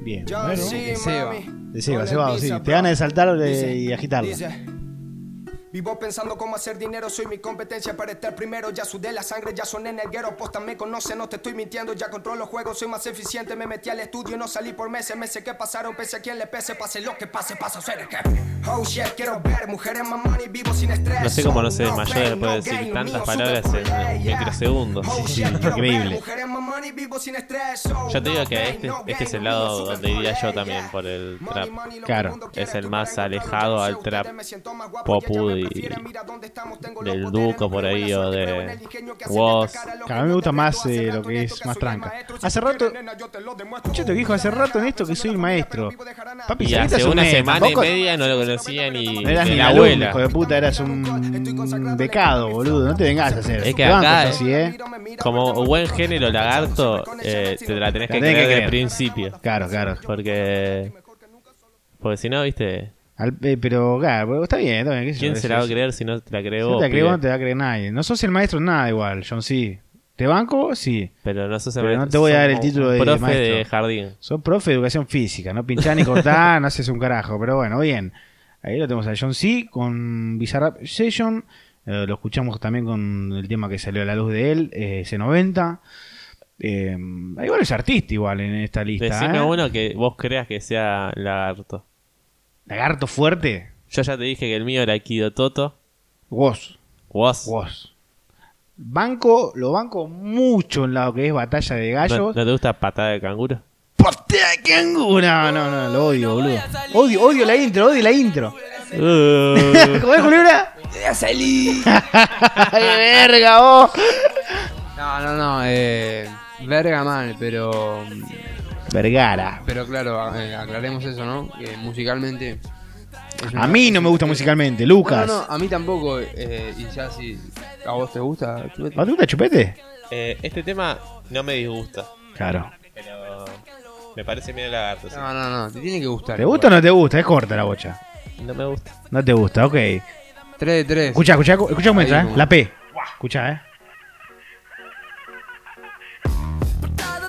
Bien, John bueno. C, que se va. mami. De Seba, Hola, Seba, sí. Ibiza, Te bro. gana de saltar Dice, y agitarlo. dice, Vivo pensando cómo hacer dinero, soy mi competencia para estar primero. Ya sudé la sangre, ya soné en el guero, posta me conoce, no te estoy mintiendo. Ya controlo juegos, soy más eficiente. Me metí al estudio, no salí por meses. Meses que pasaron, pese a quien le pese, pase lo que pase, pasa a ser el jefe. Oh shit, quiero ver mujeres más money, vivo sin estrés. No sé cómo no se No desmayó pain, después de no decir gain, tantas mío, palabras super en play, yeah. microsegundos. Oh, <laughs> shit, sí, quiero ver increíble. mujeres más money, vivo sin estrés. Oh, Yo te digo que no este, gain, no este es gain, el mío, lado super donde iría yo play, yeah. también por el trap. Claro. Es el más alejado al trap pop y del Duco por ahí o de Woz. Claro, a mí me gusta más eh, lo que es más tranca. Hace rato. Yo te dijo hace rato en esto que soy el maestro. Papi, Y Sarita es hace un una nene, semana y tampoco- media no lo conocía ni, No eras ni ni la alumno, abuela. hijo de puta, eras un becado, boludo. No te vengas a hacer. Es que Te banco acá, esto, sí, eh. Como buen género lagarto, eh, te la tenés que La tenés que creer desde creer. el principio. Claro, claro. Porque. Porque si no, viste. Al- eh, pero, claro, pero está bien, está bien. qué sé yo, ¿Quién es- se la va a es- creer si no te la crees Si vos? no te la crees pibe? vos, no te la cree nadie. No sos el maestro en nada igual, John C. ¿Te banco? Sí. Pero no sos el Pero no maestro, te voy a sos dar el como título un de profe maestro. de jardín. Son profe de educación física, no pinchás <laughs> ni cortás, no haces un carajo, pero bueno, bien. Ahí lo tenemos a John C con Bizarrap Session. eh, lo escuchamos también con el tema que salió a la luz de él, eh, C90. Eh, hay varios artistas igual en esta lista. Decime ¿eh? uno que vos creas que sea lagarto. Lagarto fuerte, Yo ya te dije que el mío era Kido Toto. Woz. Vos. Woz. Banco, lo banco mucho en lo que es batalla de gallos. ¿No, no te gusta patada de canguro? ¡Patea de canguro! No, no, no, lo odio, boludo. Odio, odio la intro, odio la intro. <laughs> Uh, ¿Cómo es, Culebra? <laughs> ¡Ay, verga, vos! No, no, no. Eh, verga mal, pero. Vergara. Pero claro, a- eh, aclaremos eso, ¿no? Que musicalmente. es una- A mí no me gusta musicalmente, Lucas. No, no, no, a mí tampoco. eh, y ya si a vos te gusta. tú- ¿A te gusta Chupete? eh, este tema no me disgusta. Claro. Pero me parece bien el lagarto. sí. No, no, no. Te tiene que gustar. ¿Te gusta o no te gusta? Es corta la bocha. No me gusta. No te gusta, ok. 3 de 3. Escucha, escucha, escucha cómo entra, Ahí, ¿eh? como- La P. Escucha, ¿eh?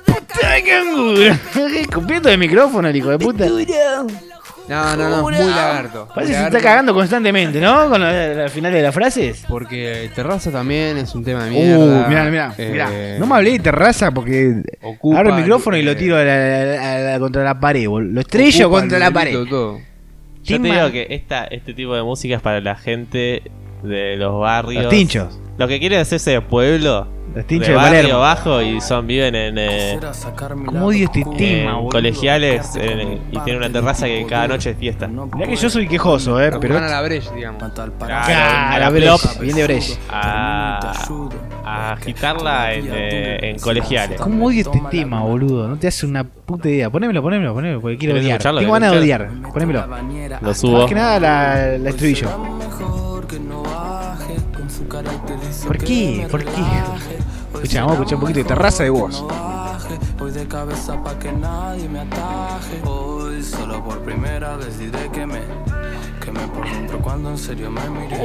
¡Patada de <laughs> canguro! Cumpliendo de micrófono, el hijo de puta. No, no, no. Muy lagarto. muy Parece que se lagarto, está cagando constantemente, ¿no? Con los- los finales de las frases. Porque Terraza también es un tema de mierda. Uh, mirá, mirá, eh, mirá. No me hablé de terraza porque ocupa abro el micrófono y eh, lo tiro a la- a la- a la- contra la pared. bol- Lo estrello ocupa contra la el pared. librito todo. Yo te Tema- digo que esta, este tipo de música es para la gente de los barrios. Los tinchos. Lo que quieren es ese pueblo. Los tinchos de de barrio Palermo. bajo y son viven en. eh, Como odio este en tema, boludo. colegiales eh, y tienen una terraza que cada noche es fiesta. Mirá que yo soy quejoso, eh, pero. van a la brecha, digamos. Ah, Ah, la la Breche. Breche, Bien de Breche. A, a agitarla en, eh, en colegiales. ¿Cómo odio este tema, boludo? No te hace una puta idea. Ponémelo, ponémelo, ponémelo, porque quiero ¿Querés odiar. escucharlo? Tengo ¿Querés ganas de odiar. Ponémelo. Más Lo subo. que nada la, la estribillo. ¿Por qué? ¿Por qué? Escucha, vamos a escuchar un poquito de terraza de voz. Voy de cabeza pa' que nadie me ataje. Hoy solo por primera vez diré que me. Que me por dentro cuando en serio me miré.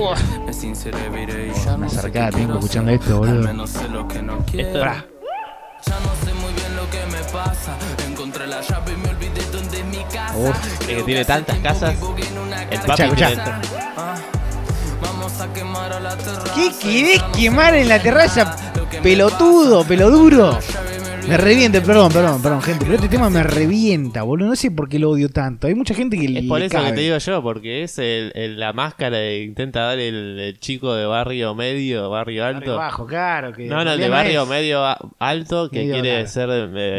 Me sinceré, viré y ya Una no sé cercada qué tengo quiero escuchando hacer. esto, Al boludo. menos sé lo que no quiero. Esto- Ya no sé muy bien lo que me pasa. Encontré la llave y me olvidé dónde es mi casa. Uf, es que tiene tantas casas. El papi escuchá. tiene- Ah, Vamos a quemar a la terraza. ¿Qué querés quemar en la terraza? Pelotudo, peloduro. Me revienta, perdón, perdón, perdón, gente. Pero este tema me revienta, boludo. No sé por qué lo odio tanto. Hay mucha gente que le. Es por eso cabe. que te digo yo, porque es el- el- la máscara que intenta dar el, el chico de barrio medio, barrio alto. Barrio bajo, claro. Que No, no, el de Mariana barrio es- medio a- alto que Medio quiere nada. ser eh,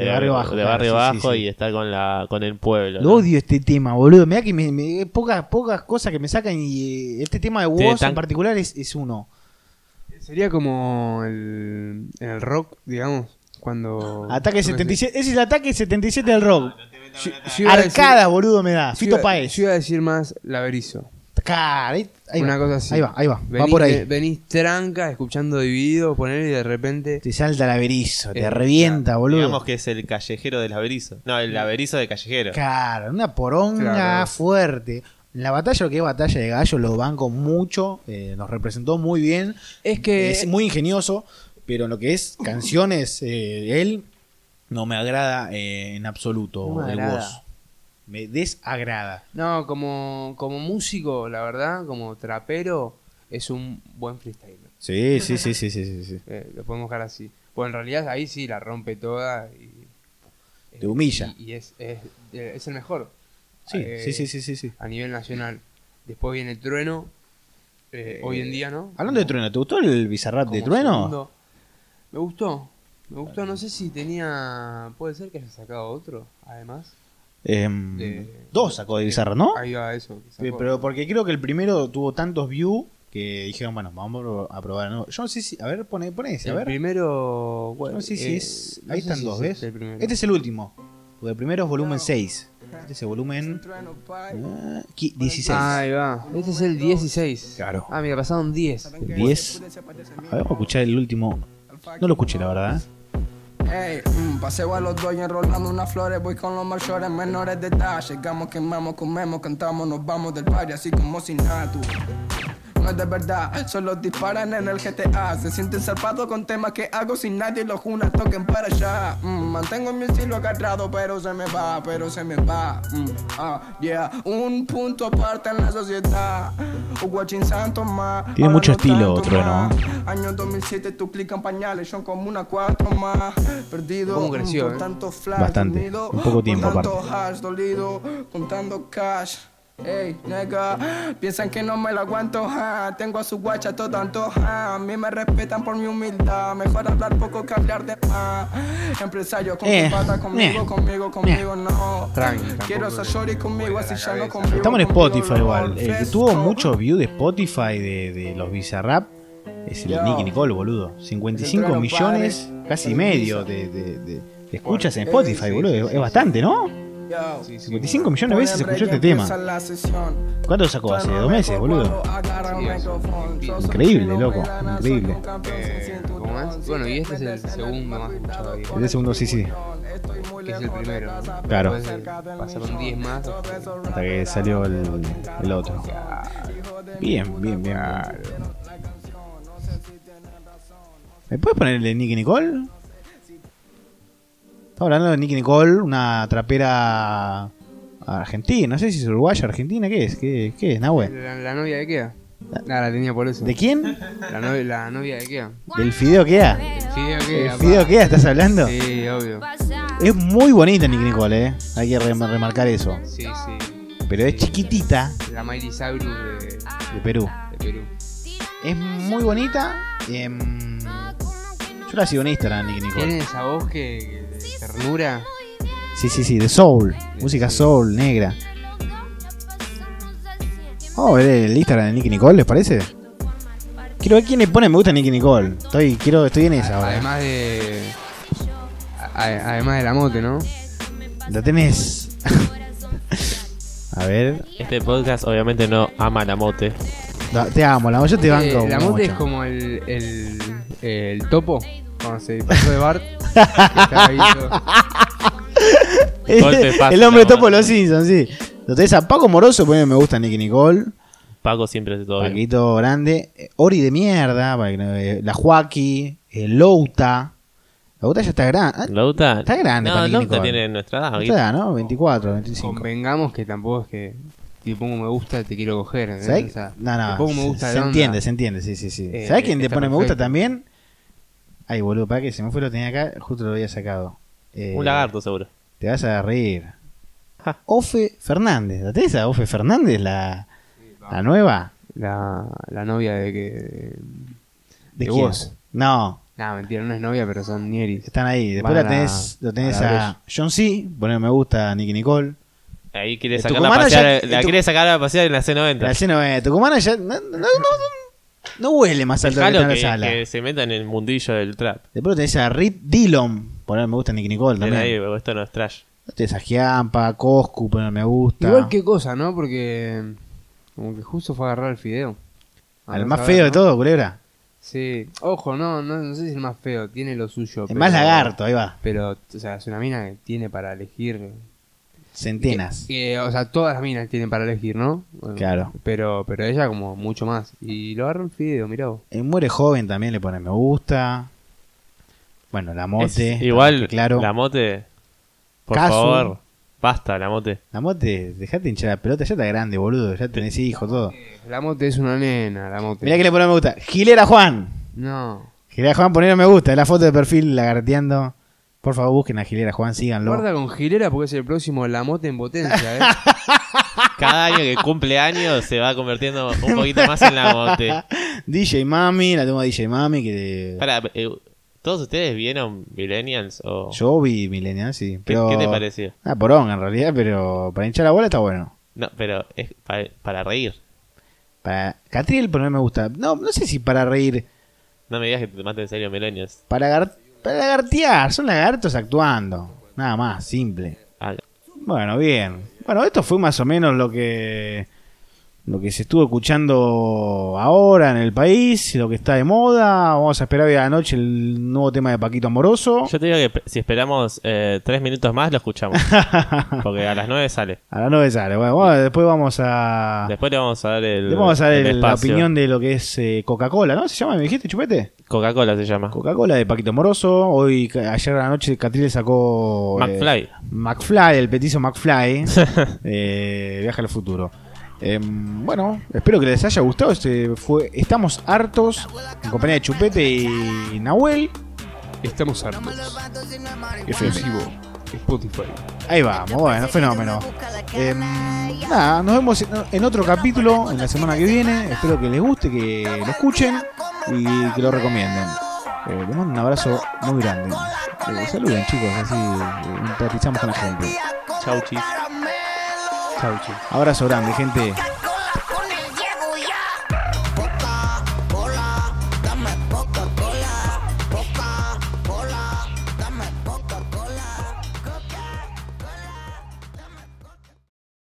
de barrio bajo, de claro, barrio sí, sí, bajo sí. y estar con la con el pueblo. Lo ¿no? odio este tema, boludo. Mirá que me, me- eh, pocas, pocas cosas que me sacan y eh, este tema de Tiene vos tan- en particular es, es uno. Sería como el, el rock, digamos, cuando... Ataque yo qué sé. 77. Ese es el ataque 77 del rock. Ah, Yo- yo iba a decir- Arcada, boludo, me da. yo Fito iba- Paez. Yo iba a decir más laberizo. Cara, ahí, ahí Una va. cosa así. Ahí va, ahí va. Venís, va por ve- ahí. venís tranca, escuchando Dividido, poner y de repente... Te salta el averizo, te Eh, revienta, boludo. Digamos que es el callejero del averizo. No, el averizo de callejero. Claro, una poronga Claro. fuerte. La batalla, lo que es batalla de gallo, lo banco mucho. eh, nos representó muy bien. Es que- Es muy ingenioso, pero en lo que es canciones, eh, él no me agrada eh, en absoluto. No me de agrada. voz. Me desagrada. No, como, como músico, la verdad, como trapero, es un buen freestyler. Sí, sí, sí, sí, sí. sí, sí. Eh, lo podemos dejar así. Pues en realidad ahí sí la rompe toda y... eh, Te humilla. Y, y es, es, eh, es el mejor. Sí, Eh, sí, sí, sí, sí, sí. A nivel nacional. Después viene Trueno. eh, hoy en día, ¿no? Hablando de Como- Trueno, ¿te gustó el bizarrap de como Trueno? segundo. Me gustó. Me gustó. No sé si tenía... Puede ser que haya sacado otro, además. Em, De- dos sacó de bizarrap, ¿no? Ahí va eso. que Pe- sacó. Pero porque creo que el primero tuvo tantos views que dijeron, bueno, vamos a probar. ¿no? Yo no sé si. A ver, pone, pone ese, a el ver. primero... bueno, no sé si eh, es. no Ahí sé están si dos, es ¿ves? este el primero. este es el último. Porque el primero es volumen 6. Este es el volumen ah, qui- 16. Ahí va. Este es el 16. Claro. Ah, mira, pasaron 10. El 10. A ver, vamos a escuchar el último. No lo escuché, la verdad. ¿eh? Ey, mm, paseo a los dos y enrolando unas flores Voy con los mayores, menores de edad Llegamos, quemamos, comemos, cantamos Nos vamos del party así como sin nada tú. No es de verdad, solo disparan en el GTA Se sienten zarpados con temas que hago sin nadie Los unas toquen para allá Mm, Mantengo mi estilo agarrado pero se me va, pero se me va Mm, ah, yeah. Un punto aparte en la sociedad Guachín Santo más Tiene Ahora mucho no estilo, tanto Trueno, más. ¿eh? Año 2007, tu clic en pañales, son como una cuatro más. Perdido, ¿Cómo creció, por eh? tanto flash, Bastante. unido, En poco tiempo, por tanto hash, dolido, contando cash. Ey, nega, piensan que no me la aguanto, ja. tengo a su guacha toda antoja. A mí me respetan por mi humildad, mejor hablar poco que hablar de más. Empresario, con Eh, tu pata, conmigo, eh, conmigo, conmigo, no. Tranqui, tampoco Quiero esa le- shorty le conmigo, vuela así la ya no cabeza. conmigo. Estamos en conmigo, Spotify lo igual. El que tuvo ofrezco. muchos views de Spotify de, de los bizarrap es el de Nicky Nicole, boludo. 55 millones, casi medio de, de- de- de escuchas en Spotify, boludo. Es, es bastante, ¿no? Yo. 55 millones de veces se escuchó este tema. ¿Cuánto sacó? Hace dos meses, boludo. Increíble, loco, increíble. Eh, ¿cómo es? Bueno, y este es el segundo más escuchado. ahí. Este segundo sí, sí. Que es el primero. ¿no? Claro. Después Pasaron 10 más. Hasta que salió el, el otro. Bien, bien, bien. ¿Me puedes poner el de Nicky Nicole? Estamos hablando de Nicky Nicole, una trapera argentina. No sé si es uruguaya, argentina. ¿Qué es? ¿Qué, qué es, Nahue? La, la novia de Kea. Nada, la tenía por eso. ¿De quién? La, novia, la novia de Kea. ¿Del Fideo Kea? Fideo ¿Del Kea. Fideo Kea estás hablando? Sí, obvio. Es muy bonita Nicky Nicole, ¿eh? Hay que rem- remarcar eso. Sí, sí. Pero es chiquitita La Miley Cyrus de, de Perú. de Perú. Es muy bonita. em, yo la sigo en Instagram, Nick Tiene Nicole. esa voz que, que de ternura. Sí, sí, sí, de soul. Música soul, negra. Vamos a ver el Instagram de Nicky Nicole, ¿les parece? Quiero ver quién le pone me gusta a Nicky Nicole. Estoy, quiero, estoy en esa ahora. Además de. a- a- además de la mote, ¿no? La tenés. <laughs> a ver. Este podcast obviamente no ama la mote. Da- te amo, la yo te banco. Eh, la mote es mucho. como el, el, el topo. Cuando se pasó de <laughs> Bart. que estaba ahí todo- Golpe fácil, <laughs> el hombre la topo de verdad. los Simpsons, sí. Lo tenés a Paco Moroso, pone me gusta a Nicky Nicole. Paco siempre hace todo bien. Paquito Grande. Eh, Ori de mierda. para que no- eh, La Joaquí. eh, Louta. Louta ya está grande. ¿Lauta? Está grande No, Paquín Lauta Nicole. tiene nuestra edad. Guito. Está, ¿no? 24, 25. Convengamos que tampoco es que. Si pongo me gusta, te quiero coger. ¿Sabés? ¿entendés? O sea, No, te no. pongo me se- gusta se, de onda. entiende, se entiende, sí, sí, sí. Eh, ¿Sabés quién le está pone me gusta perfecto. también? Ay, boludo, para que se me fue, lo tenía acá, justo lo había sacado. Eh, Un lagarto seguro. Te vas a reír. Ja. Ofe Fernández, ¿la tenés a Ofe Fernández, la, la nueva? La, la novia de que. ¿De, ¿De quién? vos? No, Nah, mentira, no es novia, pero son Nieris. están ahí. Después Van la a- tenés, lo tenés a la a, Breche. John C, poner me gusta a Nicky Nicole. Ahí quiere El sacarla a Tucumano pasear. Eh, ya- el La Tuc- quiere sacar a pasear en la La C90. lleno de Tucumán ya no, no, no, no- no huele más alto que está Dejalo en la que, sala. que se meta en el mundillo del trap. Después lo tenés a Rip Dillon, poner me gusta a Nicky Nicole Ven también. ahí, porque esto no es trash. Lo tenés a Giampa, Coscu, poner me gusta. Igual qué cosa, ¿no? Porque. Como que justo fue a agarrar el fideo. Al Andá más a feo saber, de ¿no? todo, culebra. Sí. Ojo, no, no, no sé si es el más feo, tiene lo suyo. El más lagarto, ahí va. Pero, o sea, es una mina que tiene para elegir. Centenas. Que- que, o sea, todas las minas tienen para elegir, ¿no? Bueno, Claro. Pero, pero ella como mucho más. Y lo agarra el fideo, mirá vos. El muere joven también le pone me gusta. Bueno, la Es mote. igual, está claro. la mote. Por Caso. favor, basta, la mote. La mote, dejate hinchar la pelota, ya está grande, boludo. Ya tenés hijo, todo. La mote es una nena, la mote. Mirá que le pone me gusta. Gilera Juan. No. Gilera Juan poniendo me gusta. La foto de perfil lagarteando. Por favor, busquen a Gilera Juan, síganlo. <laughs> Guarda con Gilera porque es el próximo La Mote en potencia, ¿eh? Cada año que cumple años se va convirtiendo un poquito más en la <laughs> mote. DJ Mami, la tengo a DJ Mami. que Pará, eh, ¿todos ustedes vieron Millennials? O... Yo vi Millennial, sí. ¿Qué, Pero... qué te pareció? Ah, porón en realidad, pero para hinchar la bola está bueno. No, pero es pa- para reír. Para Catriel poner me gusta. No, no sé si para reír. No me digas que te tomaste en serio Millennials. Para, gar- para lagartear. Son lagartos actuando. Nada más, simple. Ah, Bueno, bien. Bueno, esto fue más o menos lo que lo que se estuvo escuchando ahora en el país, lo que está de moda. Vamos a esperar hoy a la noche el nuevo tema de Paquito Amoroso. <laughs> yo te digo que pe- si esperamos eh, tres minutos más, lo escuchamos. Porque a las nueve sale. A las 9 sale. Bueno, bueno, después vamos a Después le vamos a dar el. Ah. le vamos a dar el el- la espacio. opinión de lo que es eh, Coca-Cola, ¿no? ¿Se llama? ¿Me dijiste, chupete? Coca-Cola se llama. Coca-Cola de Paquito Moroso. Hoy, ca- ayer a la noche, Catriel sacó. eh, McFly. McFly, el petizo McFly. eh, viaja al futuro. Em, bueno, espero que les haya gustado. Este fue Estamos hartos. En compañía de Chupete y Nahuel. Estamos hartos. FM. Spotify. Ahí vamos, bueno, fenómeno. Em, nada, nos vemos en- en otro capítulo en la semana que viene. Espero que les guste, que lo escuchen y que lo recomienden. Eh, les mando un abrazo muy grande. Eh, saluden, chicos, así eh, empatizamos con la gente. Chau, chis. Abrazo grande, gente. Caramelo,